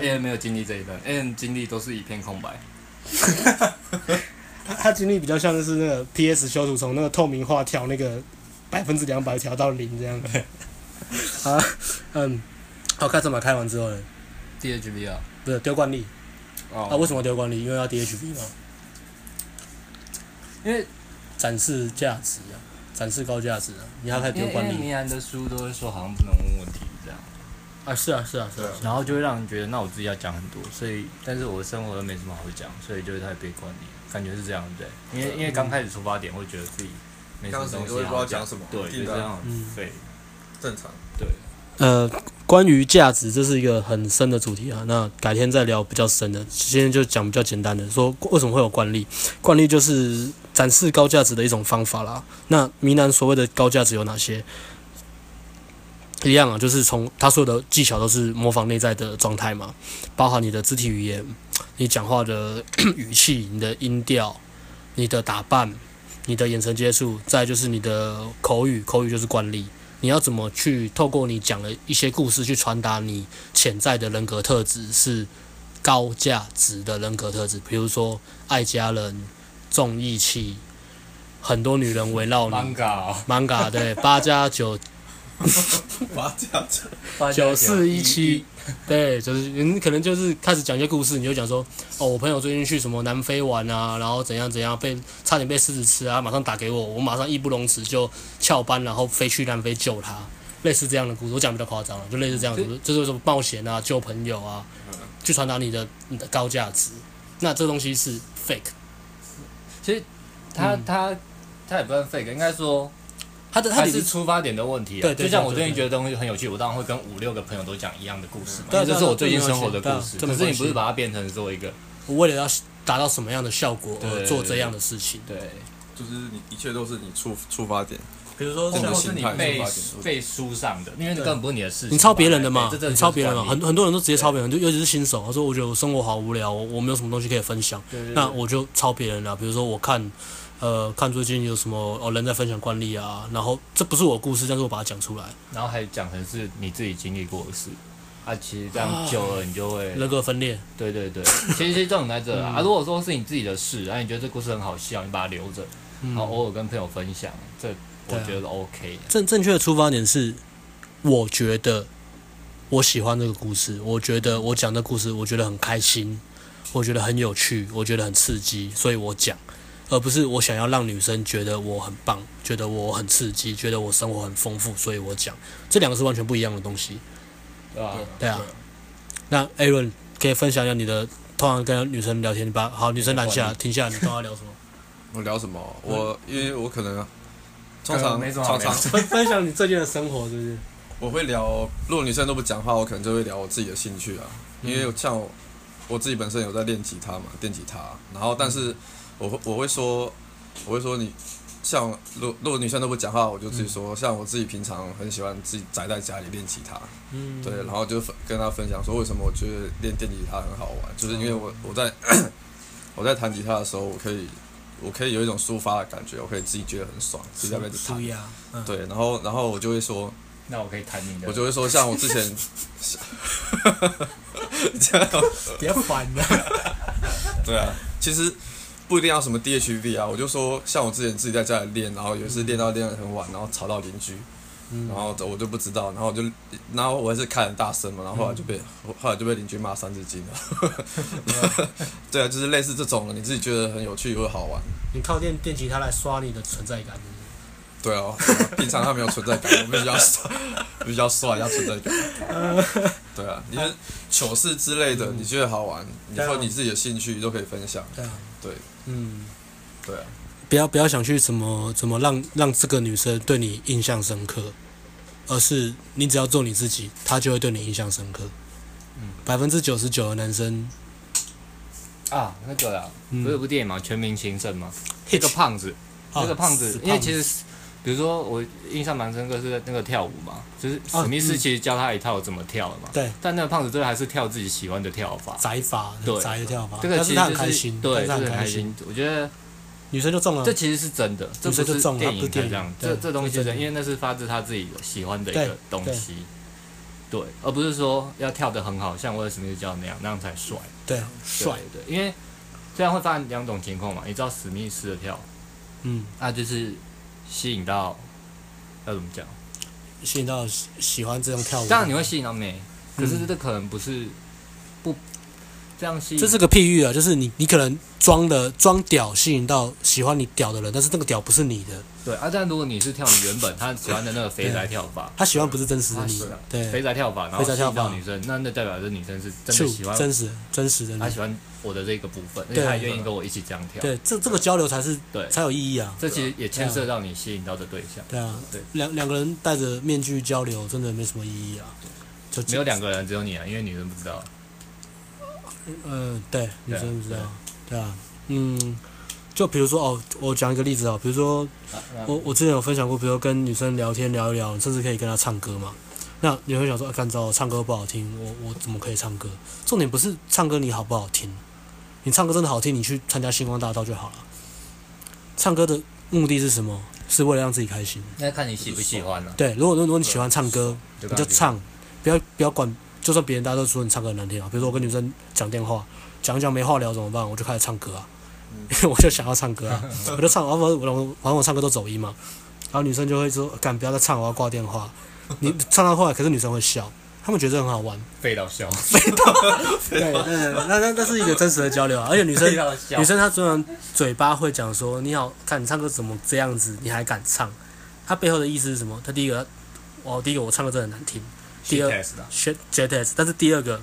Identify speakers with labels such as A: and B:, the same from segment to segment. A: A N 没有经历这一段，A N 经历都是一片空白。
B: 他他经历比较像是那个 PS 修图从那个透明化调那个百分之两百调到零 这样。啊，嗯，好，看怎么开完之后呢？
A: D H V 啊，
B: 不是丢惯例啊？
A: 哦，
B: 为什么丢惯例？因为要 DHV 嘛，
A: 因为
B: 展示价值啊，展示高价值啊，你要开始
A: 因
B: 丢
A: 为因
B: 惯
A: 为
B: 例
A: 明兰的书都会说好像不能问问题这样，
B: 啊？是啊，是啊，是啊，
A: 然后就会让人觉得那我自己要讲很多，所以但是我的生活又没什么好讲，所以就会太悲观了，感觉是啊这样对，因为因为刚开始出发点会觉得自己没什么
C: 刚开
A: 东
C: 始都会
A: 西
C: 不知道
A: 好
C: 讲什么
A: 对，
C: 一定
A: 就
C: 的
A: 这样
B: 嗯
A: 很废，
C: 正常。
A: 对，
B: 呃，关于价值，这是一个很深的主题啊。那改天再聊比较深的，今天就讲比较简单的，说为什么会有惯例？惯例就是展示高价值的一种方法啦。那明兰所谓的高价值有哪些？一样啊，就是从他所有的技巧都是模仿内在的状态嘛，包含你的肢体语言、你讲话的 语气、你的音调、你的打扮、你的眼神接触，再来就是你的口语，口语就是惯例。你要怎么去透过你讲的一些故事去传达你潜在的人格特质是高价值的人格特质，比如说爱家人、重义气，很多女人围绕你。
A: 嘎
B: manga 对八加九
C: 八加九，
B: 九四一七，对，就是你可能就是开始讲一些故事，你就讲说，哦，我朋友最近去什么南非玩啊，然后怎样怎样被差点被狮子吃啊，马上打给我，我马上义不容辞就翘班，然后飞去南非救他，类似这样的故事，我讲比较夸张了，就类似这样的故事，就是什么冒险啊，救朋友啊，去传达你的你的高价值，那这东西是 fake，
A: 其实他
B: 嗯
A: 他他也不算 fake，应该说
B: 它的它
A: 还
B: 里
A: 是
B: 面
A: 出发点的问题啊。
B: 对对
A: 就像
B: 对
A: 我
B: 对
A: 最近
B: 对
A: 觉得东西很有趣，我当然会跟五六个朋友都讲一样的故事嘛，
B: 对啊
A: 因为
B: 对
A: 这
B: 啊
A: 是我
B: 对
A: 最
B: 啊
A: 近
B: 这没
A: 生活的
B: 关系对啊
A: 故事。
B: 这没
A: 可是
B: 关
A: 你
B: 系
A: 不是把它变成做一个
B: 我为了要达到什么样的效果而做这样的事情，
A: 对，
C: 就是你一切都是你出出发点，
A: 比如说
C: 这种
A: 或是
C: 心
A: 你
C: 态
A: 被
C: 出发点
A: 被书上的，因为那
B: 对
A: 根本不是你的事情。
B: 你抄别人的嘛
A: 对这，
B: 你抄别人嘛，
A: 嘛，
B: 很很多人都直接抄别人，就尤其是新手，他说我觉得我生活好无聊，我我没有什么东西可以分享，
A: 对对对
B: 那我就抄别人了、比如说我看，呃，看最近有什么哦人在分享惯例啊，然后这不是我的故事，但是我把它讲出来，
A: 然后还讲成是你自己经历过的事。啊，其实这样久了，你就会
B: 人格分裂，
A: 对对 对，其实其实重点在
B: 嗯
A: 这啊。如果说是你自己的事，啊，你觉得这故事很好笑，你把它留着，然后
B: 嗯，
A: 偶尔跟朋友分享，这我
B: 对啊
A: 觉得 OK。
B: 正正确的出发点是，我觉得我喜欢这个故事，我觉得我讲这故事，我觉得很开心，我觉得很有趣，我觉得很刺激，所以我讲，而不是我想要让女生觉得我很棒，觉得我很刺激，觉得我生活很丰富，所以我讲，这两个是完全不一样的东西。
A: 对吧？
B: 对啊，那 Aaron 可以分享一下你的，通常跟女生聊天，你把好女生拦下，停下，你跟她聊什么？
C: 我聊什么？我因为我可能通
A: 可
C: 常
A: 能啊没什么好
C: 常常
A: 聊
B: 分分享你最近的生活，是不是？
C: 我会聊，如果女生都不讲话，我可能就会聊我自己的兴趣啊，因为像我我自己本身有在练吉他嘛，电吉他，然后但是我会我会说，我会说你像如如果女生都不讲话，我就自己说，像我自己平常很喜欢自己宅在家里练吉他，
B: 嗯，
C: 对，然后就分跟她分享说为什么我觉得练电吉他很好玩，就是因为我我在 我在弹吉他的时候，我可以我可以有一种抒发的感觉，我可以自己觉得很爽，自己在那边
B: 舒
C: 弹，
B: 压，嗯，
C: 对，然后然后我就会说。
A: 那我可以谈你的。
C: 我就会说，像我之前，
B: 别烦了。
C: 对啊，其实不一定要什么 DHV 啊，我就说像我之前自己在家里练，然后有一次练到练得很晚，然后吵到邻居，
B: 嗯
C: 然后我就不知道，然后我就，然后我还是开很大声嘛，然后后来就被、
B: 嗯
C: 后来就被邻居骂三字经 了，对啊，就是类似这种的，你自己觉得很有趣又好玩，
B: 你靠电电吉他来刷你的存在感，
C: 对啊，平常他没有存在感，我们比较帅，比较帅要存在感。对啊，你是糗事之类的，你觉得好玩，你
B: 嗯对啊
C: 或你自己的兴趣都可以分享。
B: 对啊，
C: 对
B: 嗯，
C: 对啊，
B: 不要不要想去怎么怎么让让这个女生对你印象深刻，而是你只要做你自己，她就会对你印象深刻。嗯，百分之九十九的男生，
A: 啊，那个啊，
B: 嗯
A: 不是有部电影嘛，《全民情圣》嘛，那个胖子，
B: 啊
A: 那个胖子
B: 死，
A: 因为其实比如说我印象蛮深刻是那个跳舞嘛，就是
B: 啊嗯
A: 史密斯其实教他一套怎么跳的嘛，
B: 对
A: 但那个胖子最后还是跳自己喜欢的跳法，
B: 宅法
A: 对
B: 宅的跳法，
A: 这个
B: 啊但
A: 其实
B: 是她
A: 就
B: 很
A: 是
B: 开心，
A: 对，
B: 但
A: 就是很
B: 她很
A: 开
B: 开心，嗯
A: 心，我觉得
B: 女生就中了
A: 这，其实是真的，这
B: 女生
A: 不
B: 就是中了
A: 电
B: 不
A: 影
B: 是电
A: 才
B: 影
A: 这样，
B: 对
A: 这这东西
B: 这
A: 是
B: 真的
A: 因为那是发自他自己喜欢的一
B: 对
A: 个东西，对，而不是说要跳得很好，像威尔史密斯教那样，那样才帅。
B: 对啊，帅，
A: 对，对因为这样会发生两种情况嘛。你知道史密斯的跳，
B: 嗯，
A: 那就是吸引到要怎么讲？
B: 吸引到喜喜欢这种跳舞的，
A: 这样你会吸引到美，可是
B: 嗯
A: 这可能不是不这样吸引，
B: 这是个譬喻啊，就是你你可能装的装屌吸引到喜欢你屌的人，但是那个屌不是你的，
A: 对啊。但如果你是跳你原本他喜欢的那个肥宅跳法，
B: 他喜欢不是真实的你
A: 他喜欢，
B: 对
A: 肥，宅跳法，然后
B: 肥
A: 吸
B: 宅跳
A: 引
B: 法
A: 到女生，那那代表这女生是真
B: 就
A: 的喜欢，
B: 真实真实的
A: 她
B: 你，
A: 喜欢我的这个部分，而
B: 对
A: 且她也愿意跟我一起这样跳。
B: 对，这这个交流才是
A: 对，
B: 才有意义啊，
A: 这其实也牵涉到你吸引到的对象，
B: 对啊
A: 对，
B: 两两个人戴着面具交流，真的没什么意义啊，就
A: 没有两个人，只有你啊，因为女生不知道。
B: 呃，对，女
A: 对啊
B: 生知道，对啊，嗯，就比如说哦，我讲一个例子啊，比如说我我之前有分享过，比如说跟女生聊天聊一聊，甚至可以跟她唱歌嘛。那你会想说，啊干、糟，唱歌不好听，我我怎么可以唱歌？重点不是唱歌你好不好听，你唱歌真的好听，你去参加星光大道就好了。唱歌的目的是什么？是为了让自己开心。
A: 那看你喜不喜欢了，
B: 对，如果如果你喜欢唱歌，
A: 你
B: 啊你就唱，不要不要管，就算别人大家都说你唱歌很难听啊。比如说我跟女生讲电话，讲一讲没话聊怎么办？我就开始唱歌啊，因为我 就想要唱歌啊，我就唱，然后我我反正我唱歌都走音嘛，然后女生就会说，干不要再唱，我要挂电话。你唱到后来，可是女生会笑，她们觉得很好玩。
A: 废到笑，
B: 对，嗯，那那那是一个真实的交流啊，而且女 生
A: 废到笑
B: 女。生她虽然嘴巴会讲说你好看，你唱歌怎么这样子，你还敢唱？她背后的意思是什么？她第一个，哦，第一个我唱歌真的很难听，第二
A: Shit test 啊
B: j e t s 但是第二个，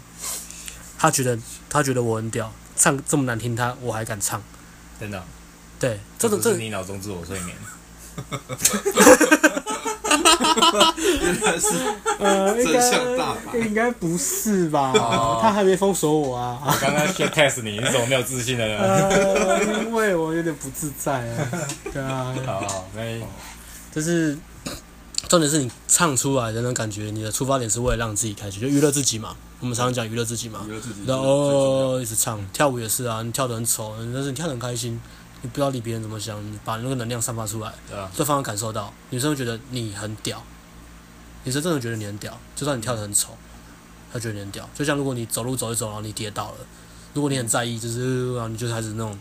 B: 她觉得她觉得我很屌，唱这么难听她我还敢唱，
A: 真的，
B: 对，这种
A: 不
B: 这
A: 是你脑中自我催眠，
C: 但是
B: 呃
C: 真相大白
B: 应该不是吧
A: 哦
B: 她还没封锁我啊，
A: 刚刚 shit test 你，你怎么没有自信了 呢？
B: 呃， 因为我有点不自在啊，对啊
A: 好好，没
B: 就是重点是你唱出来的那种感觉，你的出发点是为了让自己开心，就娱乐自己嘛。我们常常讲娱乐自己嘛
C: 娱，乐自己是最
B: 然
C: 重
B: 后
C: 要的，
B: 哦一直唱，跳舞也是啊，你跳得很丑，但是你跳得很开心，你不知道理别人怎么想，你把那个能量散发出来，
A: 对啊，
B: 对方会感受到，女生会觉得你很屌，女生真的觉得你很屌，就算你跳得很丑，她觉得你很屌。就像如果你走路走一走，然后你跌倒了，如果你很在意，就是呃然后你就开始那种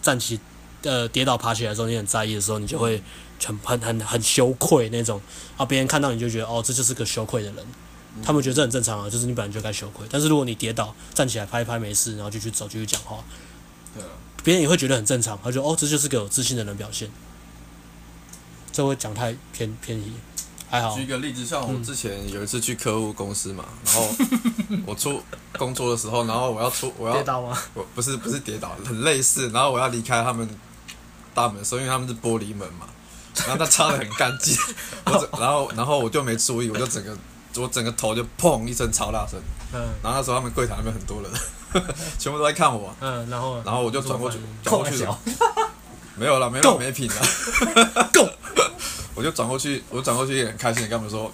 B: 站起，呃，跌倒爬起来的时候，你很在意的时候，你就会很很很很羞愧那种啊，别人看到你就觉得哦，这就是个羞愧的人。
C: 嗯
B: 他们觉得这很正常啊，就是你本来就该羞愧。但是如果你跌倒，站起来拍一拍没事，然后继续走，继续讲话，
C: 对啊
B: 别人也会觉得很正常，他就哦，这就是个有自信的人表现。这会讲太偏偏移，还 好
C: 举一，个例子，像我之前有一次去客户公司嘛，然 后我出工作的时候，然后我要出，我要
B: 倒吗？
C: 我不是不是跌倒，很类似，然后我要离开他们大门的时候，因为他们是玻璃门嘛，然后他擦的很 干净，我整然后然后我就没注意，我就整个我整个头就砰一声超大声，
B: 嗯
C: 然后那时候他们柜台那边很多人， 全部都在看我，啊
B: 嗯，然后
C: 然后我就转过去
B: 怎么办
C: 转过去
A: 小，
C: 没有了，没有
B: 够
C: 没品了。
B: 够，
C: 我就转过去，我转过去也很开心的跟他们说，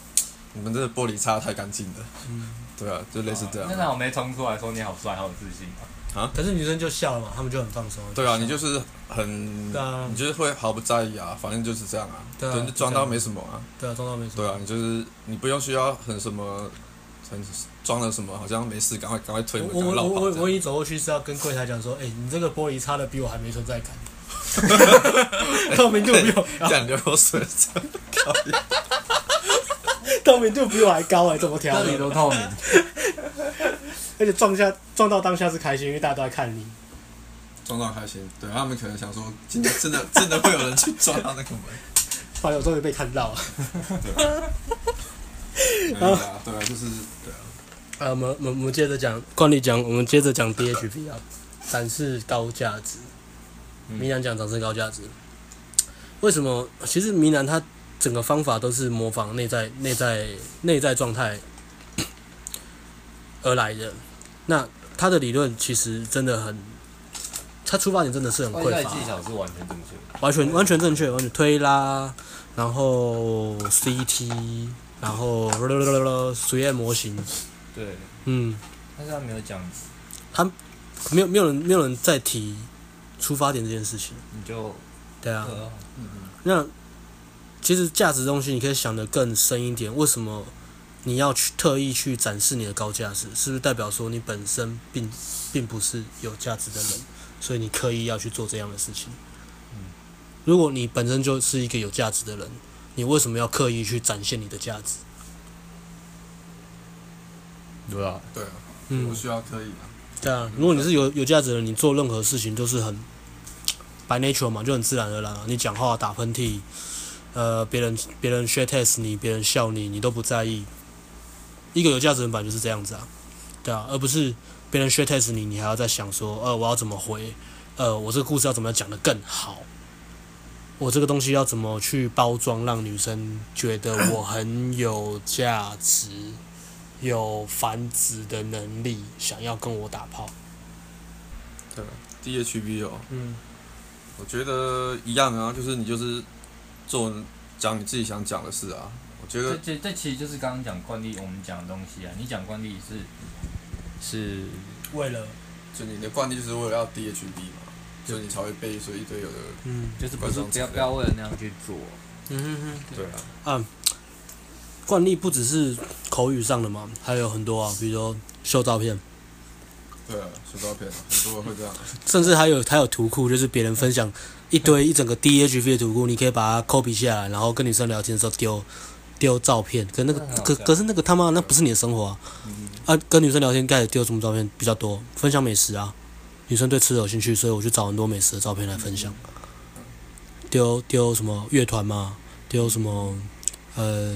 C: 你们这个玻璃擦得太干净了。
B: 嗯
C: 对啊，就类似这样。
A: 那我没冲出来说你好帅，好有自信啊。
B: 可是女生就笑了嘛，他们就很放松。
C: 对啊，
B: 就
C: 你
B: 笑
C: 就是很，
B: 对啊
C: 你就是会毫不在意啊，反正就是这样啊，
B: 对啊
C: 就装到没什么啊。
B: 对啊，装到没什么
C: 对啊，你就是你不用需要很什么，很装了什么，好像没事，赶快赶快推门，
B: 我
C: 赶快
B: 我
C: 啊绕
B: 我
C: 跑
B: 我
C: 这
B: 我
C: 样。
B: 一走过去是要跟柜台讲说，哎、你这个玻璃擦的比我还没存 在感，透明度比我高，
C: 干流口水，
B: 透明度比我还高哎、怎么调
A: 这里
B: 的？
A: 都透明，
B: 而且撞下撞到当下是开心，因为大家都在看你。
C: 装到开心。对他们可能想说，今天真的真的会有人去撞到那个门。
B: 发现我终于被看到了。
C: 对啊，对啊，就是对啊。
B: 呃，我们我们我们接着讲惯例讲，我们接着讲 DHP 啊，展示高价值。
A: 嗯
B: 明兰讲展示高价值，为什么？其实明兰他整个方法都是模仿内在内在内在状态而来的。那他的理论其实真的很，他出发点真的是很
A: 外在
B: 匮乏。
A: 技巧是完全正确的。
B: 完全完全正确，完全推拉，然后 CT，然后实验模型，
A: 对，
B: 嗯，
A: 但是他没有讲，
B: 没有没有人没有人再提出发点这件事情，
A: 你就
B: 对啊，
A: 呃
C: 嗯嗯
B: 那其实价值的东西你可以想得更深一点，为什么你要去特意去展示你的高价值，是不是代表说你本身并并不是有价值的人，所以你刻意要去做这样的事情？如果你本身就是一个有价值的人，你为什么要刻意去展现你的价值？
A: 对啊，
C: 对啊，
B: 嗯
C: 不，需要刻意啊。
B: 对啊，如果你是有有价值的人，你做任何事情都是很 by nature 嘛，就很自然而然啊。你讲话、打喷嚏，呃，别人别人 share test 你，别人笑你，你都不在意。一个有价值的人本来就是这样子啊，对啊，而不是别人 share test 你，你还要在想说，呃，我要怎么回，呃，我这个故事要怎么讲得更好，我这个东西要怎么去包装，让女生觉得我很有价值。有繁殖的能力，想要跟我打炮。
C: 对啊，DHB 哦，
B: 嗯
C: 我觉得一样啊，就是你就是做讲你自己想讲的事啊。我觉
A: 这
C: 得
A: 这这其实就是刚刚讲惯例我们讲的东西啊，你讲惯例是是
B: 为了
C: 就你的惯例就是为了要 DHB 嘛，所以你才会背，所以一堆有的
B: 嗯
A: 就是不是不要不要为了那样去做，
B: 嗯嗯
C: 对啊，
B: 惯例不只是口语上的嘛，还有很多啊，比如说秀照片，
C: 对啊，修照片啊，很多人会这样 啊。
B: 甚至还有还有图库，就是别人分享一堆一整个 DHV 的图库，你可以把它 copy 下来，然后跟女生聊天的时候丢丢照片。可那个
A: 那很好
B: 可
A: 笑
B: 可是那个他妈那不是你的生活啊！
C: 嗯，
B: 啊，跟女生聊天开始丢什么照片比较多？分享美食啊，女生对吃的有兴趣，所以我去找很多美食的照片来分享。丢丢什么乐团嘛，丢什么呃，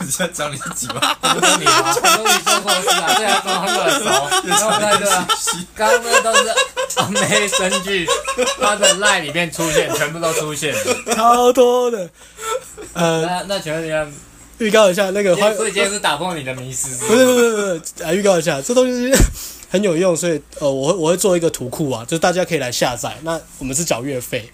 C: 你现在讲你自己吧，
A: 不是你吗？都是你做错事啊，这样装热搜，然后那个刚刚那都是 Amazing 剧，他的 line 里面出现，全部都出现了，
B: 超多的。呃，
A: 那那全部人，
B: 预告一下那个欢，
A: 所以今天是打破你的迷失，是不
B: 不
A: 是
B: 是不是不是不是，啊，预告一下，这东西是很有用，所以呃，我会我会做一个图库啊，就是大家可以来下载。那我们是缴月费，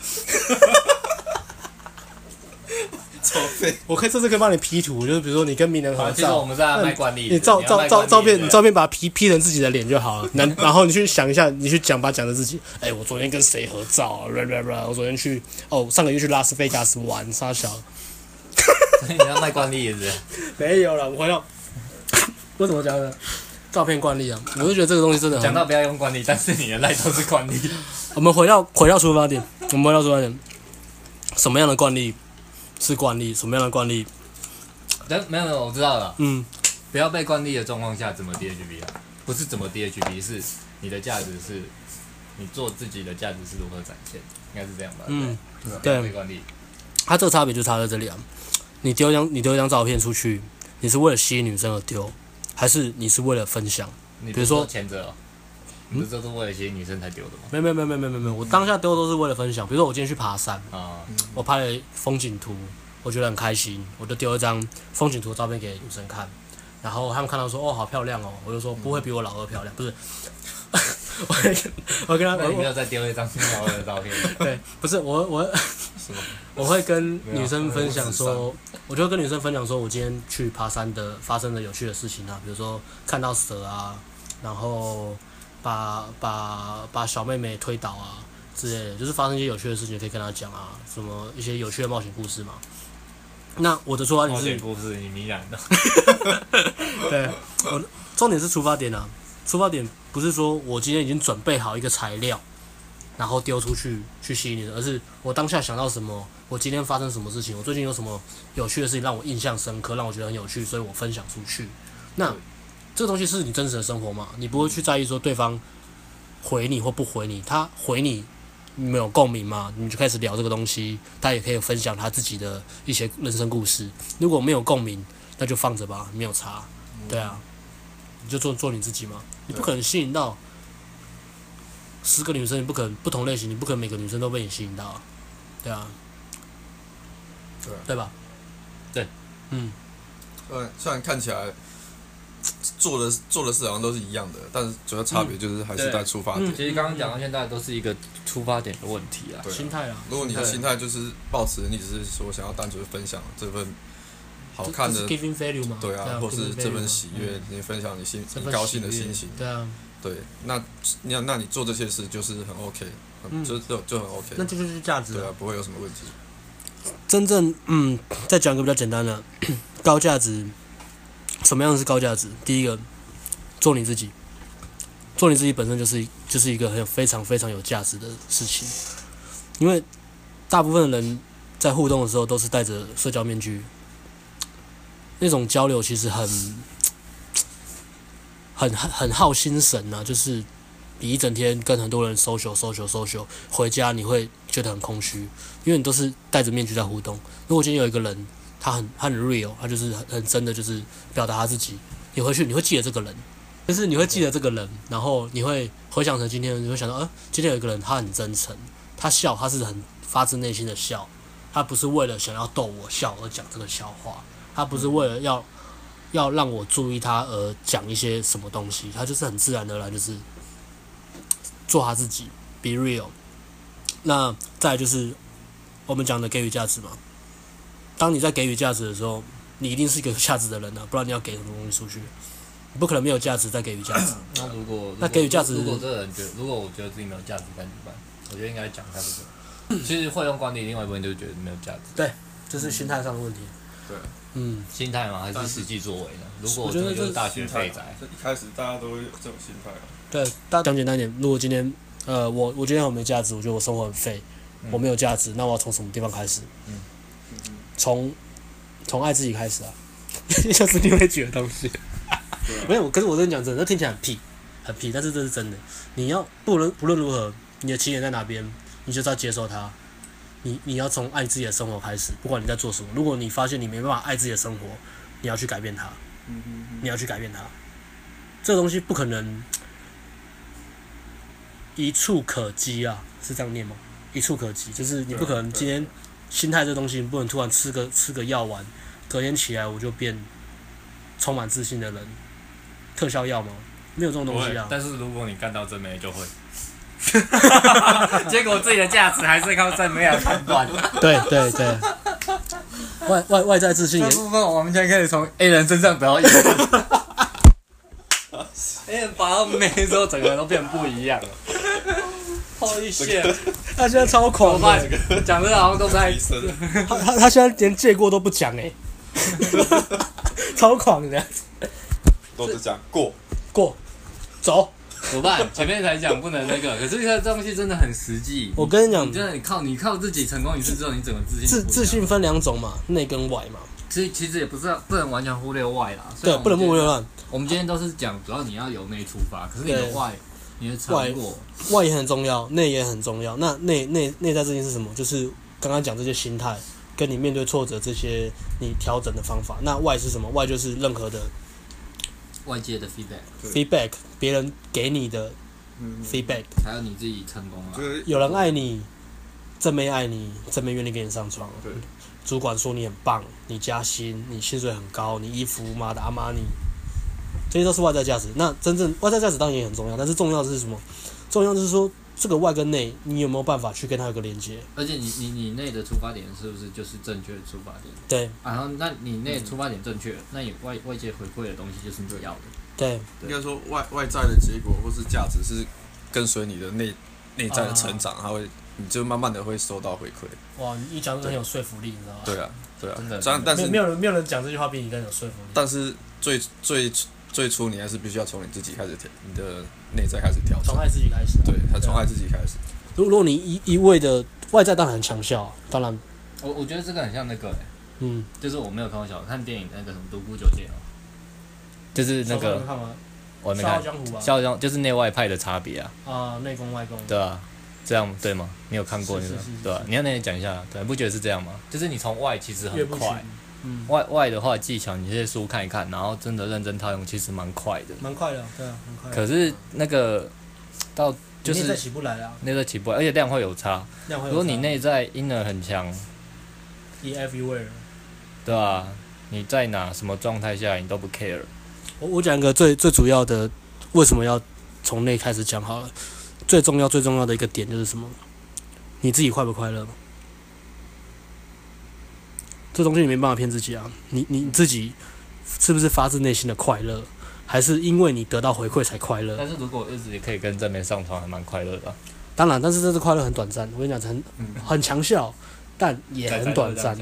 C: 超废。
B: 我可以甚至可以帮你 P 图，就是比如说你跟名人合
A: 好其实我
B: 照。
A: 们是在卖惯例的，
B: 你照
A: 要
B: 照
A: 卖
B: 照
A: 惯例
B: 照片，
A: 的
B: 你照片把它 P P 成自己的脸就好了。然然后你去想一下，你去讲把它讲的自己。哎、我昨天跟谁合照啊？啦啦啦！我昨天去哦，上个月去拉斯维加斯玩，傻小。
A: 你要卖惯例是不是？
B: 没有了，我 回到我怎么讲呢？照片惯例啊，我就觉得这个东西真的很
A: 讲到不要用惯例，但是你的 line 都是惯例，
B: 我们回到回到出发点，我们回到出发点，什么样的惯例是惯例？什么样的惯例？
A: 但没有没有，我知道了，
B: 嗯，
A: 不要被惯例的状况下怎么 DHB 啊？不是怎么 DHB，是你的价值是，你做自己的价值是如何展现，应该是这样吧？
B: 嗯
A: 对吧，
B: 对
A: 不要被惯例。
B: 它这个差别就差在这里啊。你丢一张你丢一张照片出去，你是为了吸引女生而丢，还是你是为了分享？
A: 你
B: 比如说
A: 前者、哦，你不是都是为了一些女生才丢的吗？
B: 没有没有没有没有没有没有，我当下丢都是为了分享。比如说我今天去爬山，
A: 啊、
B: 我拍了风景图，我觉得很开心，我就丢一张风景图的照片给女生看，然后他们看到说哦好漂亮哦，我就说不会比我老二漂亮，不是， 我会跟我跟他
A: 那
B: 我
A: 你没有再丢一张新老的照片？ 哦
B: 对，不是我 我
C: 什么
B: 我会跟
A: 没有啊
B: 女生分享
C: 我
B: 说，我就会跟女生分享说我今天去爬山的发生的有趣的事情啊，比如说看到蛇啊，然后把把把小妹妹推倒啊之类的，就是发生一些有趣的事情可以跟她讲啊，什么一些有趣的冒险故事嘛。那我的出发点
A: 冒
B: 是
A: 险故事，你迷然的。
B: 对，我的重点是出发点啊，出发点不是说我今天已经准备好一个材料，然后丢出去去吸引你的，而是我当下想到什么，我今天发生什么事情，我最近有什么有趣的事情让我印象深刻，让我觉得很有趣，所以我分享出去。那这个东西是你真实的生活嘛？你不会去在意说对方回你或不回你，他回你。你们有共鸣嘛？你就开始聊这个东西，他也可以分享他自己的一些人生故事。如果没有共鸣，那就放着吧，没有差。对啊，你就做做你自己嘛，你不可能吸引到十个女生，你不可能不同类型，你不可能每个女生都被你吸引到啊，对啊，
C: 对啊
B: 对吧？
A: 对，
B: 嗯，
C: 虽然虽然看起来做的做的事好像都是一样的，但是主要差别就是还是在出发点。
B: 嗯
A: 其实刚刚讲到现在都是一个出发点的问题啊。
C: 对啊
B: 心态啊，
C: 如果你的心态就是抱持，你只是说想要单纯分享这份好看
B: 这
C: 的
B: 这，是 giving value 嘛，
C: 对啊，或是
B: giving
C: 这份
B: value
C: 喜
B: 嘛嗯
C: 悦，你分享你心
B: 这
C: 你
B: 份
C: 高兴的
B: 喜悦
C: 心情，
B: 对啊，
C: 对，那那那你做这些事就是很 OK，
B: 嗯
C: 就就就很 OK，
B: 那这就是价值
C: 对
B: 啊
C: 啊，不会有什么问题。
B: 真正嗯，再讲一个比较简单的，高价值，什么样是高价值？第一个，做你自己，做你自己本身就是就是一个很有非常非常有价值的事情，因为大部分人在互动的时候都是戴着社交面具，那种交流其实很很很很耗心神呐、就是你一整天跟很多人 social social social，回家你会觉得很空虚，因为你都是戴着面具在互动。如果今天有一个人，他很他很 real，他就是很很真的，就是表达他自己，你回去你会记得这个人，就是你会记得这个人，然后你会回想成今天，你会想到，呃，今天有一个人他很真诚，他笑他是很发自内心的笑，他不是为了想要逗我笑而讲这个笑话，他不是为了要要让我注意他而讲一些什么东西，他就是很自然而然就是做他自己，be real。那再来就是我们讲的给予价值嘛。当你在给予价值的时候，你一定是一个有价值的人啊，不然你要给什么东西出去？你不可能没有价值再给予价值。
A: 那如果
B: 那给予价值
A: 如果这个人觉得，如果我觉得自己没有价值感怎么办？我觉得应该讲他这个。
B: 嗯
A: 其实会用管理，另外一部分就是觉得没有价值，
B: 这是心态上的问题。
C: 对，
B: 嗯，
A: 心态嘛，还是实际作为呢？如果
B: 我觉
A: 真
B: 得
A: 的就是
B: 这
A: 大学废
D: 心态
A: 宅
D: 啊，，这一开始大家都会有这种心态啊。
B: 对，大讲简单一点，如果今天呃我我今天我没价值，我觉得我生活很废，
A: 嗯
B: 我没有价值，那我要从什么地方开始？
D: 嗯，
B: 从从爱自己开始 啊，就是你会举的东西。
D: 对啊
B: 没有，可是我跟你讲真的，那听起来很屁，很屁，但是这是真的。你要不论不论如何，你的起点在哪边，你就是要接受它。你你要从爱自己的生活开始，不管你在做什么。如果你发现你没办法爱自己的生活，你要去改变它，
D: 嗯 嗯
B: 你要去改变它。这个东西不可能一触可及啊，是这样念吗？一触可及，就是你不可能
D: 对
B: 今天心态这东西，你不能突然吃个吃个药丸，隔天起来我就变充满自信的人。特效药吗？没有这种
A: 不
B: 东西
A: 会
B: 啊。。
A: 但是如果你干到真没就 会。 结果自己的价值还是靠真没来判断。
B: 对 对对，外外外在自信也
A: 这部分我们现在开始从 A 人身上得到 影响。A 人拔到眉之后，整个人都变不一样了。好一些，
B: 他现在超
A: 我
B: 狂
A: 发
B: 的，
A: 现讲的好像都 在
C: 医生，
B: 他他他现在连借过都不讲哎、 超狂的，
C: 都是讲过，
B: 过走。
A: 怎么办？前面才讲不能那个，可是这东西真的很实际。
B: 我跟你讲
A: 你，真的你靠你靠自己成功一次之后，你整个自信
B: 自
A: 不一样
B: 自，信分两种嘛，内跟外嘛，
A: 其实其实也不是不能完全忽略外啦。虽
B: 对
A: 然，我
B: 不
A: 们今
B: 能目
A: 天
B: 流乱，
A: 啊我们今天都是讲主要你要由内出发，可是你的
B: 对
A: 外，你的
B: 外
A: 成果，
B: 外也很重要，内也很重要。那内内内在自信是什么？就是刚刚讲这些心态，跟你面对挫折这些你调整的方法。那外是什么？外就是任何的
A: 外界的 feedback，
B: feedback，别人给你的
D: 嗯，
B: feedback，
A: 还有你自己成功了
D: 就。是
B: 有人爱你，正妹爱你，正妹愿意跟你上床。
D: 对
B: 主管说你很棒，你加薪，你薪水很高，你衣服妈的阿玛尼，这些都是外在价值。那真正外在价值当然也很重要，但是重要的是什么？重要的是说这个外跟内，你有没有办法去跟它有个连接？
A: 而且你你你内的出发点是不是就是正确的出发点？啊
B: 对
A: 然后那你内出发点正确，那你外外界回馈的东西就是你要的。
B: 对
C: 应该说外外在的结果或是价值是跟随你的内内在
B: 啊
C: 的成长，它会你就慢慢的会收到回馈。
B: 哇，你讲的很有说服力，你知道吗？
C: 对啊，对啊
A: 真的，
C: 这样但
B: 没有
C: 是
B: 没有人没有人讲这句话比你更有说服力。
C: 但是最最最初你还是必须要从你自己开始调，你的内在开始调整
B: 从。爱自己开始、啊。
C: 对，他从爱自己开始。
B: 如如果你一一味的外在当然很强效，当然，
A: 我我觉得这个很像那个、欸，
B: 嗯，
A: 就是我没有开玩笑，看电影那个什么《独孤九剑》哦，就是那
B: 小时候
A: 个
B: 有看吗？
A: 我还
B: 《
A: 没
B: 笑傲
A: 看，
B: 江湖》啊，
A: 笑中就是内外派的差别啊，
B: 啊，内功外功。
A: 对啊，这样对吗？你有看过那
B: 是
A: 个
B: 是是是
A: 对啊？你要那个讲一下，对，不觉得是这样吗？就是你从外其实
B: 岳
A: 很
B: 不
A: 快
B: 群，，嗯，
A: 外外的话技巧，你这些书看一看，然后真的认真套用，其实蛮快的。
B: 蛮快的，对啊，蛮快的。
A: 可是那个到就
B: 你内在
A: 是
B: 起不来啊，
A: 内在起步，而且量会有差。
B: 量会有
A: 如果你
B: 差
A: 内在 inner 很强，
B: 你 everywhere。
A: 对吧、你在哪什么状态下你都不 care，
B: 我我讲一个最最主要的，为什么要从内开始讲好了。最重要最重要的一个点就是什么？你自己快不快乐？这东西你没办法骗自己啊！你你自己是不是发自内心的快乐，还是因为你得到回馈才快乐？
A: 但是如果日子也可以跟正面上床，还蛮快乐的啊、嗯
B: 当然，但是这次快乐很短暂。我跟你讲，很很强效，但也很短暂。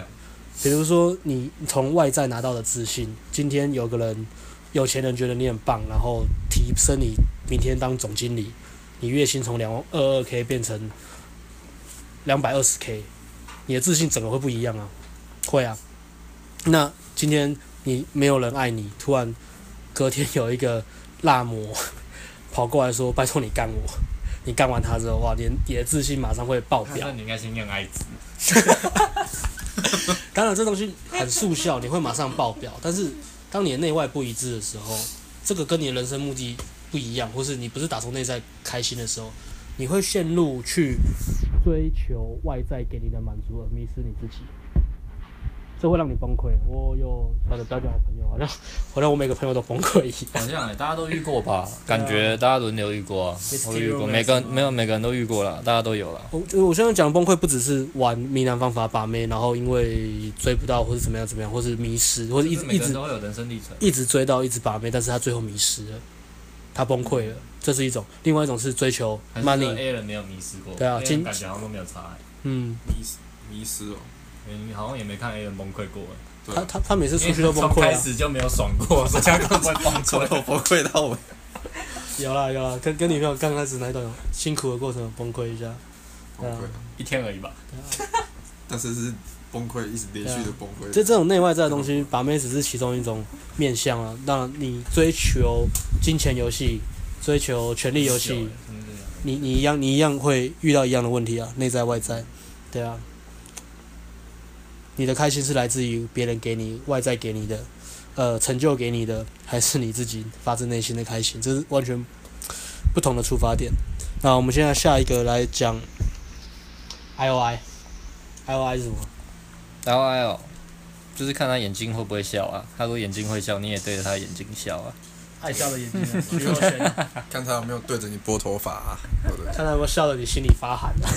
B: 比如说你从外在拿到的自信，今天有个人有钱人觉得你很棒，然后提升你明天当总经理，你月薪从两二二 k 变成两百二十 k，你的自信整个会不一样啊，会啊。那今天你没有人爱你，突然隔天有一个辣模跑过来说：“拜托你干我。”你干完他之后，哇，你的你的自信马上会爆表
A: 那。你应该先念爱子，
B: 当然，这东西很速效，你会马上爆表。但是，当你的内外不一致的时候，这个跟你的人生目的不一样，或是你不是打从内在开心的时候，你会陷入去追求外在给你的满足而迷失你自己，这会让你崩溃。我有他的不要讲我朋友，好像好像我每个朋友都崩溃一样。
A: 好像欸大家都遇过吧？感觉大家轮流遇过啊，我遇过，每个人没有每个人都遇过了，大家都有了。
B: 我我现在讲的崩溃不只是玩迷男方法把妹，然后因为追不到或是怎么样怎么样，或是迷失，或者一直一直
A: 都会有人生历程。
B: 一直追到一直把妹，但是他最后迷失了，他崩溃了，这是一种；另外一种是追求 money，
A: A 人没有迷失过，
B: 对啊
A: A 人
B: 今
A: 感觉好像都没有差、
B: 嗯，
C: 迷失迷失哦，
A: 欸，你好像也没看 A 人崩溃过、欸，
C: 对
B: 他
C: 啊，
B: 他他每次出
A: 因
B: 去
A: 为
B: 都
A: 他
B: 崩
A: 从
B: 溃
A: 开
B: 啊，
A: 始就没有爽过，所以他根本 崩
C: 从
A: 溃。
C: 头崩溃到尾，
B: 有啦有啦，跟跟女朋友刚开始那一段有辛苦的过程有崩溃一下，
C: 崩溃
B: 对啊
C: 了，
A: 一天而已吧。
C: 但是是崩溃，一直连续的崩溃。
B: 这这种内外在的东西，把妹只是其中一种面向啊。当然，你追求金钱游戏，追求权力游戏，你你一样你一样会遇到一样的问题啊，内在外在，对啊。你的开心是来自于别人给你、外在给你的，呃，成就给你的，还是你自己发自内心的开心？这是完全不同的出发点。那我们现在下一个来讲 I O I。I O I 是什么？
A: 然后还有就是看他眼睛会不会笑啊，他如果眼睛会笑，你也对着他眼睛笑啊。
B: 爱笑的眼睛，啊 徐若瑄。
C: 看他有没有对着你拨头发啊，对不对？
B: 看到有没有笑得你心里发寒啊？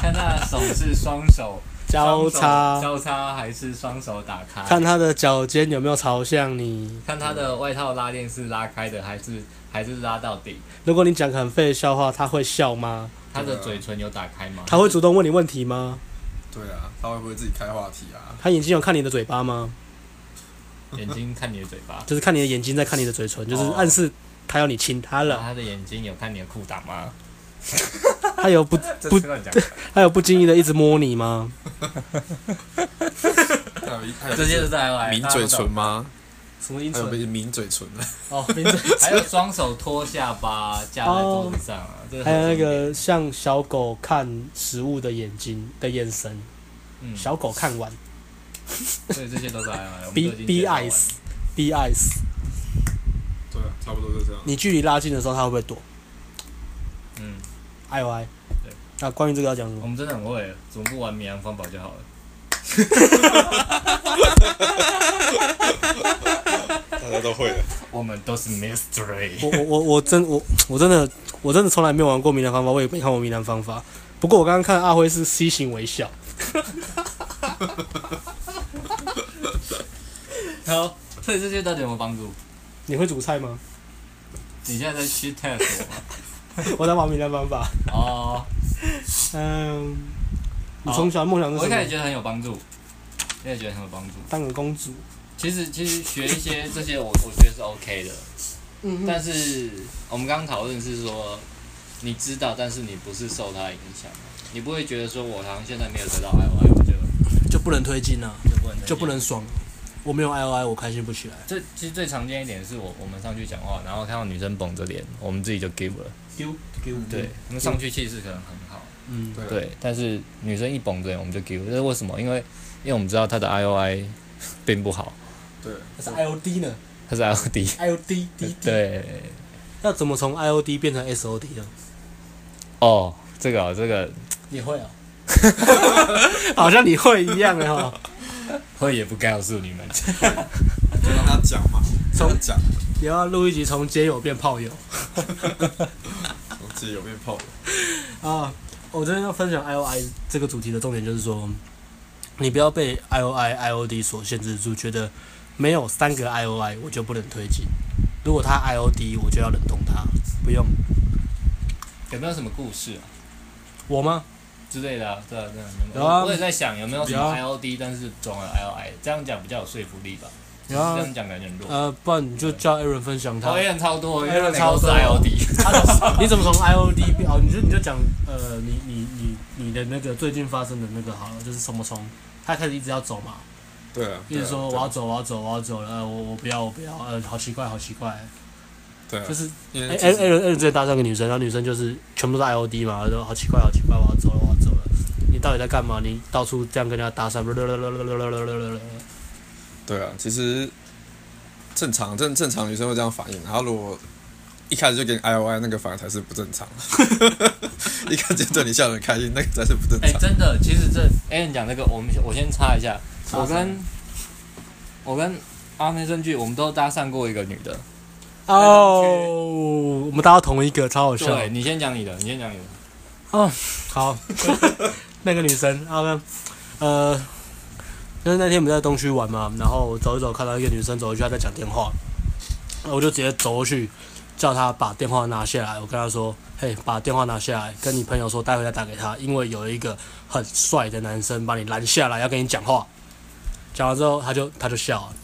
A: 看他的手是双 手
B: 交叉，
A: 交叉还是双手打开？
B: 看他的脚尖有没有朝向你。
A: 看他的外套拉链是拉开的还是还是拉到底？
B: 如果你讲个很废的笑话，他会笑吗？
A: 他的嘴唇有打开吗？
B: 他会主动问你问题吗？
C: 对啊，他会不会自己开话题啊？
B: 他眼睛有看你的嘴巴吗？
A: 眼睛看你的嘴巴。
B: 就是看你的眼睛在看你的嘴唇，就是
A: 哦
B: 暗示他要你亲他了。
A: 他的眼睛有看你的裤裆吗？
B: 他有不
A: 这
B: 不
A: 是乱讲。
B: 他有不经意的一直摸你吗？
C: 还 有一还有一
A: 这些是在来
C: 抿嘴唇？吗？
B: 什么音
C: 还有被抿嘴唇的，
B: 哦，名嘴。
A: 大家都懂还有双手托下巴架在桌子上啊，这个
B: 还
A: 很
B: 有那
A: 经典
B: 个像小狗看食物的眼睛的眼神，
A: 嗯，
B: 小狗看完
A: 所以这些都是 I O I。我们
B: B
A: 都已经
B: B
A: 介绍完
B: eyes B eyes，
C: 对啊，差不多就这样。
B: 你距离拉近的时候，他会不会躲？
A: 嗯，
B: I O I。
A: 对。
B: 那关于这个要讲什
A: 我
B: 么？
A: 们真的很会，怎么不玩绵羊方宝就好了？
C: 大家都会的，
A: 我们都是 mystery。
B: 我我我我真我我真的我真的从来没有玩过迷南方法，我也没看过迷南方法。不过我刚刚看阿辉是 C 型微笑，
A: 好，所以这些到底有没有帮助？
B: 你会煮菜吗？
A: 你现在在 shit test 我吗？
B: 我在玩迷南方法。
A: 哦，
B: 嗯，你
A: 好
B: 从小梦想
A: 我
B: 是
A: 一
B: 什
A: 开始
B: 么？
A: 觉得很有帮助，我也觉得很有帮助。
B: 当个公主。
A: 其实其实学一些这些我，我觉得是 OK 的。
B: 嗯
A: 但是我们刚刚讨论是说，你知道，但是你不是受它影响，你不会觉得说我好像现在没有得到 I O I，我就
B: 就不能推进啊，
A: 就不能
B: 就不。能爽。我没有 I O I，我开心不起来。
A: 这其实最常见一点是我我们上去讲话，然后看到女生绷着脸，我们自己就 give 了。
B: 丢丢
A: 对，我们上去气势可能很好，
B: 嗯，
C: 对啊
A: 对，但是女生一绷着脸我们就 give，这是为什么？因为因为我们知道她的 I O I 并不好，
C: 对，啊
B: 但是 I O D 呢
A: 她是 I O D，
B: ？I O D D D。
A: 对，
B: 要怎么从 I O D 变成 S O D 啊呢？
A: 哦，这个、哦、这个
B: 你会啊？ 好像你会一样的哈。
A: 会也不告诉你们，
C: 就让他讲嘛，让他讲，
B: 也要啊录一集从街友变炮友
C: 我自己有面泡了。
B: 啊！我这边要分享 I O I 这个主题的重点就是说，你不要被 I O I I O D 所限制住，觉得没有三个 I O I 我就不能推进。如果他 I O D，我就要忍痛他。不用
A: 有没有什么故事啊？
B: 我吗？
A: 之类的啊，对啊，对啊。
B: 有啊
A: 我我也在想有没有什
B: 有
A: 么
B: 啊
A: IOD，但是转为 IOI，这样讲比较有说服力吧？
B: 有啊
A: 这样讲感觉很弱。
B: 呃，不然你就叫 Aaron 分享他
C: 哦
A: 讨。厌超多
B: Aaron
A: 因为超是
B: 超多
A: IOD，
B: 他怎么 你怎么从 IOD 变哦？你就你就讲呃，你你你你的那个最近发生的那个好了，就是什么从他开始一直要走嘛，
C: 对啊，
B: 一
C: 对啊
B: 直说我
C: 对啊
B: 要走，我要走，我要走了，呃我我不要，我不要，呃，好奇怪，好奇怪，
C: 对啊，
B: 就是
C: 因
B: 哎
C: 为
B: 哎
C: 其
B: 哎，
C: 实
B: 人之前搭讪个女生，然后女生就是全部都是 IOD 嘛，然后好奇怪，好奇怪，我要走了，我要走了。你到底在干嘛？你到处这样跟人家搭讪，
C: 对啊，其实正常正正常女生会这样反应，然后如果一开始就给你 I O I，那个反而才是不正常，一开始就对你笑得很开心，那个才是不正
A: 哎，
C: 常。
A: 真的，其实这 a n 讲这个，我们我先插一下，
B: 插
A: 我跟我跟阿妹证据，我们都搭讪过一个女的。
B: 哦，我们搭到同一个，超好笑。
A: 对，你先讲你的，你先讲你的。嗯
B: 好， 那个女生，然后呢，呃，就是那天我们在东区玩嘛，然后走一走，看到一个女生走过去，她在讲电话，然后我就直接走过去，叫她把电话拿下来。我跟她说：“嘿，把电话拿下来，跟你朋友说，待会再打给他，因为有一个很帅的男生把你拦下来，要跟你讲话。”讲完之后，她就她就笑了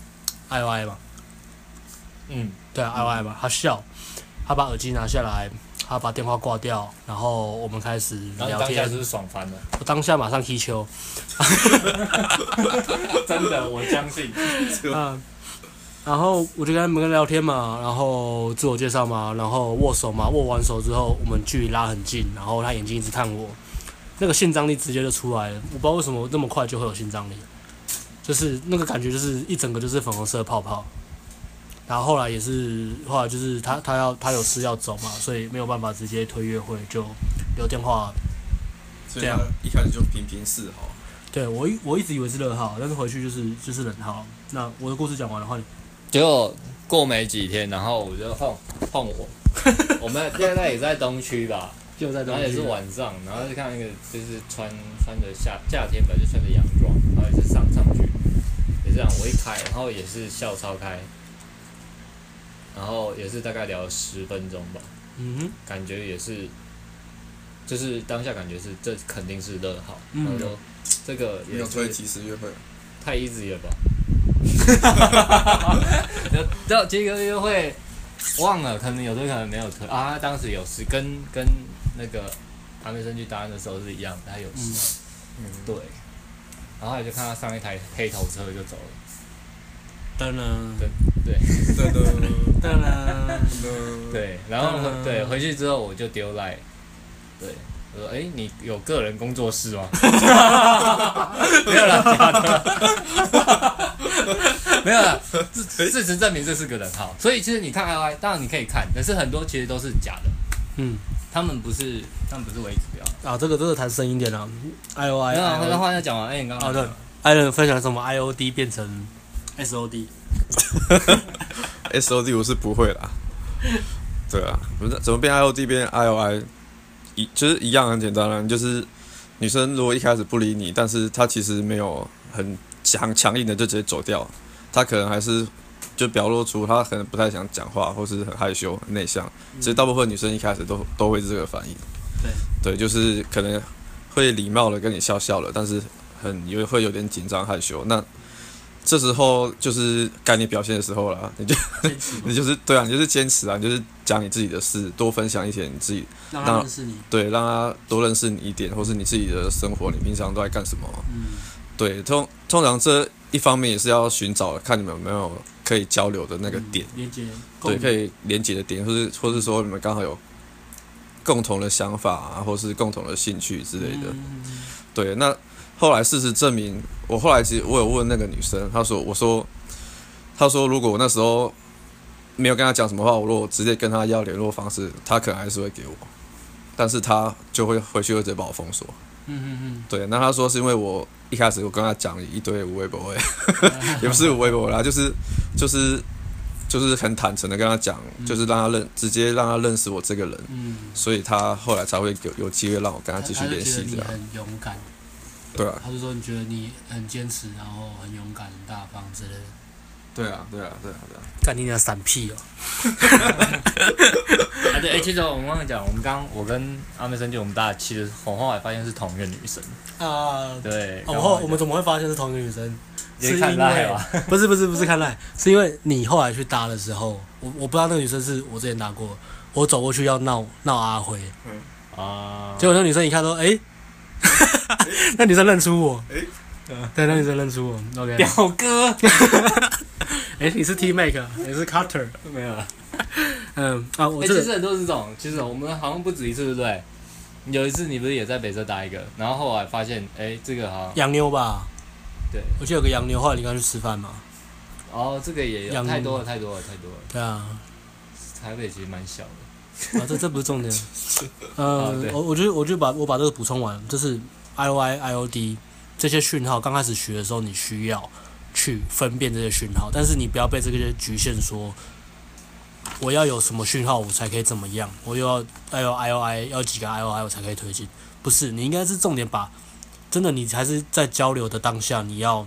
B: ，I O I 嘛，
A: 嗯，
B: 对啊，I Y 嘛，他笑，他把耳机拿下来，他把电话挂掉，然后我们开始
A: 然后你
B: 聊
A: 当下
B: 天
A: 是。不是爽翻了？
B: 我当下马上踢球，
A: 真的，我相信。
B: 嗯，然后我就跟他们聊天嘛，然后自我介绍嘛，然后握手嘛，握完手之后，我们距离拉很近，然后他眼睛一直看我，那个性张力直接就出来了，我不知道为什么那么快就会有性张力，就是那个感觉就是一整个就是粉红色的泡泡。然后后来也是，后来就是他他要他有事要走嘛，所以没有办法直接推约会，就留电话
C: 所以她一开始就频频示好，
B: 对我一我一直以为是热号，但是回去就是就是冷号。那我的故事讲完的话，你
A: 结果过没几天，然后我就碰碰 我，我们现在也在东区吧，
B: 就在
A: 然后也是晚上，然后就看到一个就是穿穿着夏夏天吧，就穿着洋装，然后也是上上去，也是这样，我一开，然后也是笑超开，然后也是大概聊了十分钟吧，
B: 嗯
A: 感觉也是，就是当下感觉是这肯定是热号，
B: 嗯
A: 然后就这个
C: 没
A: 也
C: 有推
A: 是
C: 及时约会，
A: 太 easy 了吧？到杰哥约会忘了，可能有推，可能没有推啊。他当时有事，跟跟那个阿美生去答案的时候是一样的，他有事。对。然后我就看他上一台黑头车就走了。
B: 哼，噔噔
C: 对对
B: 噔噔，
C: 对，
A: 对，然后
B: 嗯
A: 对回去之后我就丢赖，对，我说哎、诶你有个人工作室 吗？没有啦，假的，没有啦，事事实证明这是个人号，所以其实你看 I Y，当然你可以看，可是很多其实都是假的，
B: 嗯
A: 他们不是他们不是为指标。
B: 啊，这个这个谈深一点啊，I O
A: 没有啊，那
B: I
A: 话要讲完，哎、你刚刚
B: 啊对，I 人分享什么 I O D 变成 S O D，
C: S O D 我是不会啦。对啊，不是怎么变 I O D 变 I O I，一就是一样很简单啦、啊就是女生如果一开始不理你，但是她其实没有很强强硬的就直接走掉，她可能还是就表露出她可能不太想讲话，或是很害羞、很内向。其实大部分女生一开始都都会是这个反应。
B: 对
C: 对，就是可能会礼貌的跟你笑笑了，但是很有会有点紧张害羞。那这时候就是该你表现的时候啦，你就
B: 坚持嘛
C: 你就是对啊，你就是坚持啊，你就是讲你自己的事，多分享一些你自己，
B: 让
C: 那
B: 他认识你，
C: 对，让他多认识你一点，或是你自己的生活，你平常都在干什么？
B: 嗯
C: 对，通通常这一方面也是要寻找看你们有没有可以交流的那个点，
B: 嗯连接，
C: 对，可
B: 以，
C: 以连接的点，或是或是说你们刚好有共同的想法啊，或是共同的兴趣之类的。
B: 嗯
C: 对，那后来事实证明，我后来其实我有问那个女生，她说，我说，她说如果我那时候没有跟她讲什么话，我如果直接跟她要联络方式，她可能还是会给我，但是她就会回去会直接把我封锁。
B: 嗯嗯
C: 对，那她说是因为我一开始我跟她讲一堆无微不微， 也不是无微不微啦，就是就是就是很坦诚的跟她讲，就是让她认直接让她认识我这个人，
B: 嗯，
C: 所以她后来才会有有机会让我跟她
B: 他
C: 继续联
B: 他
C: 系
B: 就觉
C: 这
B: 得
C: 样
B: 你，很勇敢，
C: 对啊。
B: 他就说你觉得你很坚持，然后很勇敢、很大方之类的。
C: 对啊，对啊，对啊，对啊。
B: 干你俩闪屁哦！
A: 啊对，哎、其实我们忘了讲，我们刚我跟阿妹生就我们大家其实我后来发现是同一个女生，
B: 啊。
A: 对，
B: 哦我
A: 刚
B: 后
A: 好
B: 我们怎么会发现是同一个女生？
A: 也
B: 是
A: 看
B: 因
A: 赖
B: 为
C: 哦
A: 吧
B: 不是不是不是看赖，是因为你后来去搭的时候，我我不知道那个女生是我之前搭过，我走过去要闹闹阿辉，
A: 啊，
B: 结果那女生一看说，哎、 那女生认出我，啊
D: 诶
B: 对，那女生认出我 ，OK，
A: 表哥
B: 哎、你是 T Make，你是 Carter，
A: 没有了。
B: 嗯啊，我
A: 哎、
B: 这
A: 其
B: 个、
A: 实很多是这种，其实我们好像不止一次，对不对？有一次你不是也在北车搭一个，然后后来发现，哎、这个好像
B: 洋妞吧，
A: 对，
B: 我记得有个洋妞，后来你跟她去吃饭嘛，
A: 哦，这个也有
B: 养
A: 太
B: 鱼
A: 多了，太多了，太多了。
B: 对啊，
A: 台北其实蛮小的，
B: 啊，这这不是重点。呃
A: 啊对，
B: 我我就我就把我把这个补充完，就是 I O I I O D 这些讯号，刚开始学的时候你需要去分辨这些讯号，但是你不要被这个局限说，我要有什么讯号我才可以怎么样，我又要哎呦 I O I 要几个 I O I 我才可以推进，不是，你应该是重点把，真的你还是在交流的当下，你要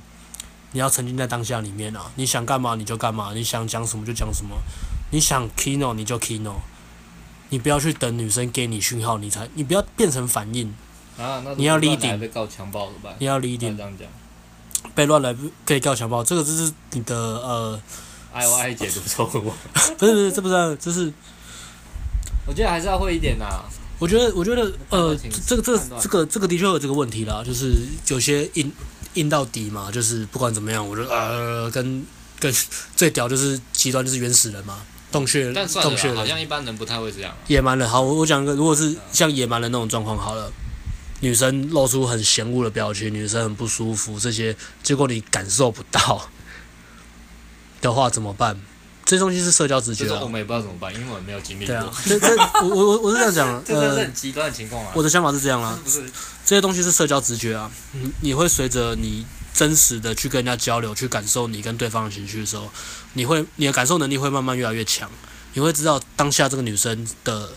B: 你要沉浸在当下里面啊，你想干嘛你就干嘛，你想讲什么就讲什么，你想 kino 你就 kino。你不要去等女生给你讯号，你才你不要变成反应，
A: 啊，那
B: 你要立
A: 顶
B: 定
A: 被告强暴了吧？
B: 你要理
A: 不然
B: 点
A: 这样讲
B: 被乱来可以告强暴，这个就是你的呃，
A: ，I O I 解读错 误。
B: 不是不是这不是啊，就是
A: 我觉得还是要会一点啦。
B: 我觉得我觉得呃，
A: 情
B: 这这个这个
A: 判断
B: 这个这个的确有这个问题啦，就是有些硬硬到底嘛，就是不管怎么样，我就呃跟跟最屌就是极端就是原始人嘛，洞 穴
A: 但算了
B: 洞穴
A: 啦，
B: 人
A: 好像一般人不太会这样。啊
B: 野蛮人，好，我我讲一个，如果是像野蛮人那种状况，好了，女生露出很嫌恶的表情，女生很不舒服，这些结果你感受不到的话怎么办？这东西是社交直
A: 这
B: 觉
A: 种
B: 啊
A: 我，们也不知道怎么办，因为我们没有经历
B: 对啊
A: 过。，
B: 这这我我我我是这样讲，
A: 这真的是
B: 呃，
A: 很极端的情况啊！
B: 我的想法是这样啦、
A: 不是
B: 这些东西是社交直觉啊，你你会随着你真实的去跟人家交流，去感受你跟对方的情绪的时候，你会你的感受能力会慢慢越来越强，你会知道当下这个女生的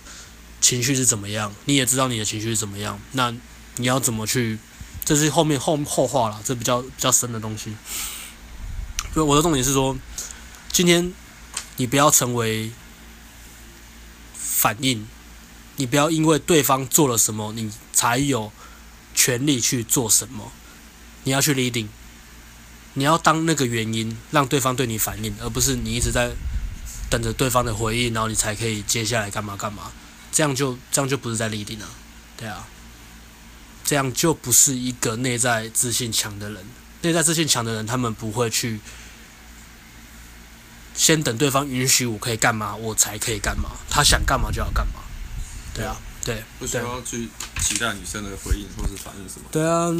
B: 情绪是怎么样，你也知道你的情绪是怎么样，那你要怎么去，这是后面后后话了，这比较比较深的东西。就我的重点是说，今天你不要成为反应，你不要因为对方做了什么，你才有权利去做什么。你要去 leading，你要当那个原因，让对方对你反应，而不是你一直在等着对方的回应，然后你才可以接下来干嘛干嘛。这样就这样就不是在 leading 了、对啊，这样就不是一个内在自信强的人。内在自信强的人，他们不会去先等对方允许我可以干嘛，我才可以干嘛。他想干嘛就要干嘛，对啊，对。
C: 不需要去期待女生的回应或是反应什么。
B: 对啊，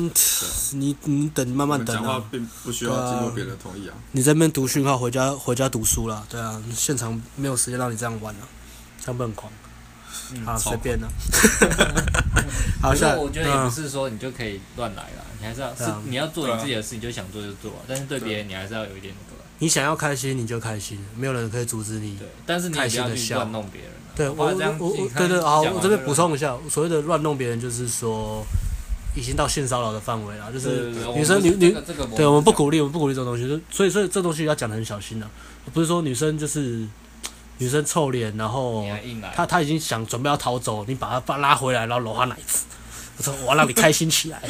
B: 你你等慢
C: 我
B: 慢
C: 们
B: 等
C: 讲话
B: 啊，
C: 并不需要经过别人的同意啊。
B: 你在那边读讯号，回家回家读书啦。对啊，现场没有时间让你这样玩了、啊这样不很狂。
A: 嗯
B: 好，
C: 超
B: 随便 了。好，
A: 可是
B: 下
A: 我觉得也不
B: 嗯
A: 是说你就可以乱来啦，你还是要是
B: 对啊
A: 你要做
D: 对啊
A: 你自己的事，你就想做就做啊，但是对别人你还是要有一点那个啊。
B: 你想要开心你就开心，没有人可以阻止你。
A: 对，但是你也
B: 开
A: 不
B: 心
A: 要
B: 地
A: 去
B: 笑
A: 乱弄别人啊。
B: 对我
A: 怕这样
B: 我
A: 你
B: 我
A: 看
B: 对对好，
A: 讲
B: 我
A: 完
B: 这边
A: 就
B: 补充一下，所谓的乱弄别人就是说已经到性骚扰的范围了，
A: 对
B: 就是
A: 对对
B: 女生
A: 我们
B: 女
A: 这个这个
B: 对，我们不
A: 讲
B: 鼓励，我们不鼓励这种东西，就所以所以这东西要讲的很小心的、啊不是说女生就是女生臭脸，然后
A: 你还硬来，
B: 她她已经想准备要逃走，你把她把拉回来，然后搂她奶子，我说我要让你开心 起来，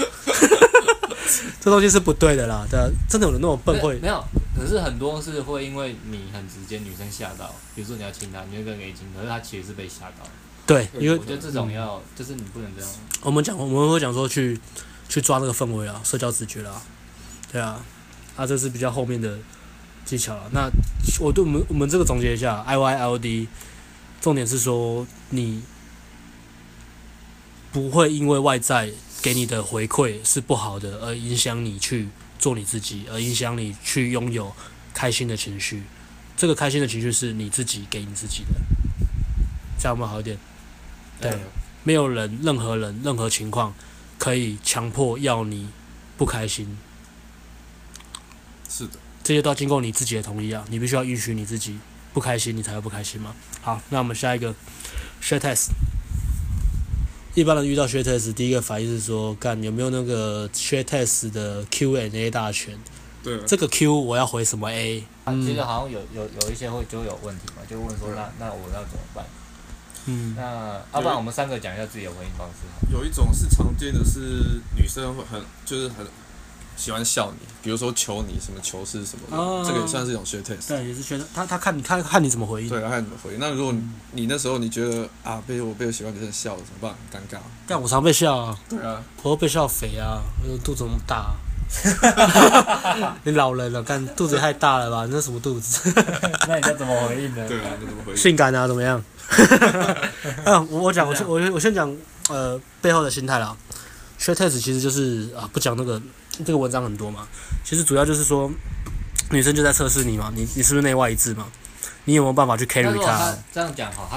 B: 这东西是不对的啦，对啊，真的有那种笨
A: 没
B: 会，
A: 没有？可是很多是会因为你很直接，女生吓到，比如说你要亲她，你就跟给亲，可是她其实是被吓到的。
B: 对，因为
A: 我觉得这种要就是你不能这样。
B: 我们讲我们会讲说去去抓那个氛围啊，社交直觉啦，对啊，啊这是比较后面的技巧了。那我对我们我们这个总结一下，I Y L D，重点是说你不会因为外在给你的回馈是不好的而影响你去做你自己，而影响你去拥有开心的情绪。这个开心的情绪是你自己给你自己的，这样我们好一点。对
A: 哎
B: 没有人、任何人、任何情况可以强迫要你不开心，
C: 是的，
B: 这些都要经过你自己的同意啊，你必须要允许你自己不开心，你才会不开心嘛。好，那我们下一个 share test。一般人遇到 share test，第一个反应是说，干有没有那个 share test 的 Q&A 大全？
C: 对啊，
B: 这个 Q 我要回什么 A？
A: 啊其实好像有有有一些会就有问题嘛，就问说那那我要怎么办？
B: 嗯
A: 那要不然我们三个讲一下自己的回应方式好了。
C: 有一种是常见的是女生会很就是很喜欢笑你，比如说求你什么求是什么的，
B: 哦
C: 这个也算是一种学 test。
B: 对，也是觉得他他看你看看你怎么回应。
C: 对，看你怎么回应。那如果你你那时候你觉得啊被我被我喜欢女生笑了怎么办？很尴尬。
B: 但我常被笑啊，
C: 对啊，
B: 我又被笑肥啊，我肚子那么大 啊、你老人了，干肚子也太大了吧？那什么肚子？
A: 那你要怎么回应呢？
C: 对啊，那怎么回应？
B: 性感啊，怎 么样？啊，我我讲，我先我先我先讲，呃，背后的心态啦。学 test 其实就是啊，不讲那个这个文章很多嘛，其实主要就是说，女生就在测试你嘛，你你是不是内外一致嘛？你有没有办法去
A: 那
B: carry
A: 如果
B: 她
A: 他？这样讲好，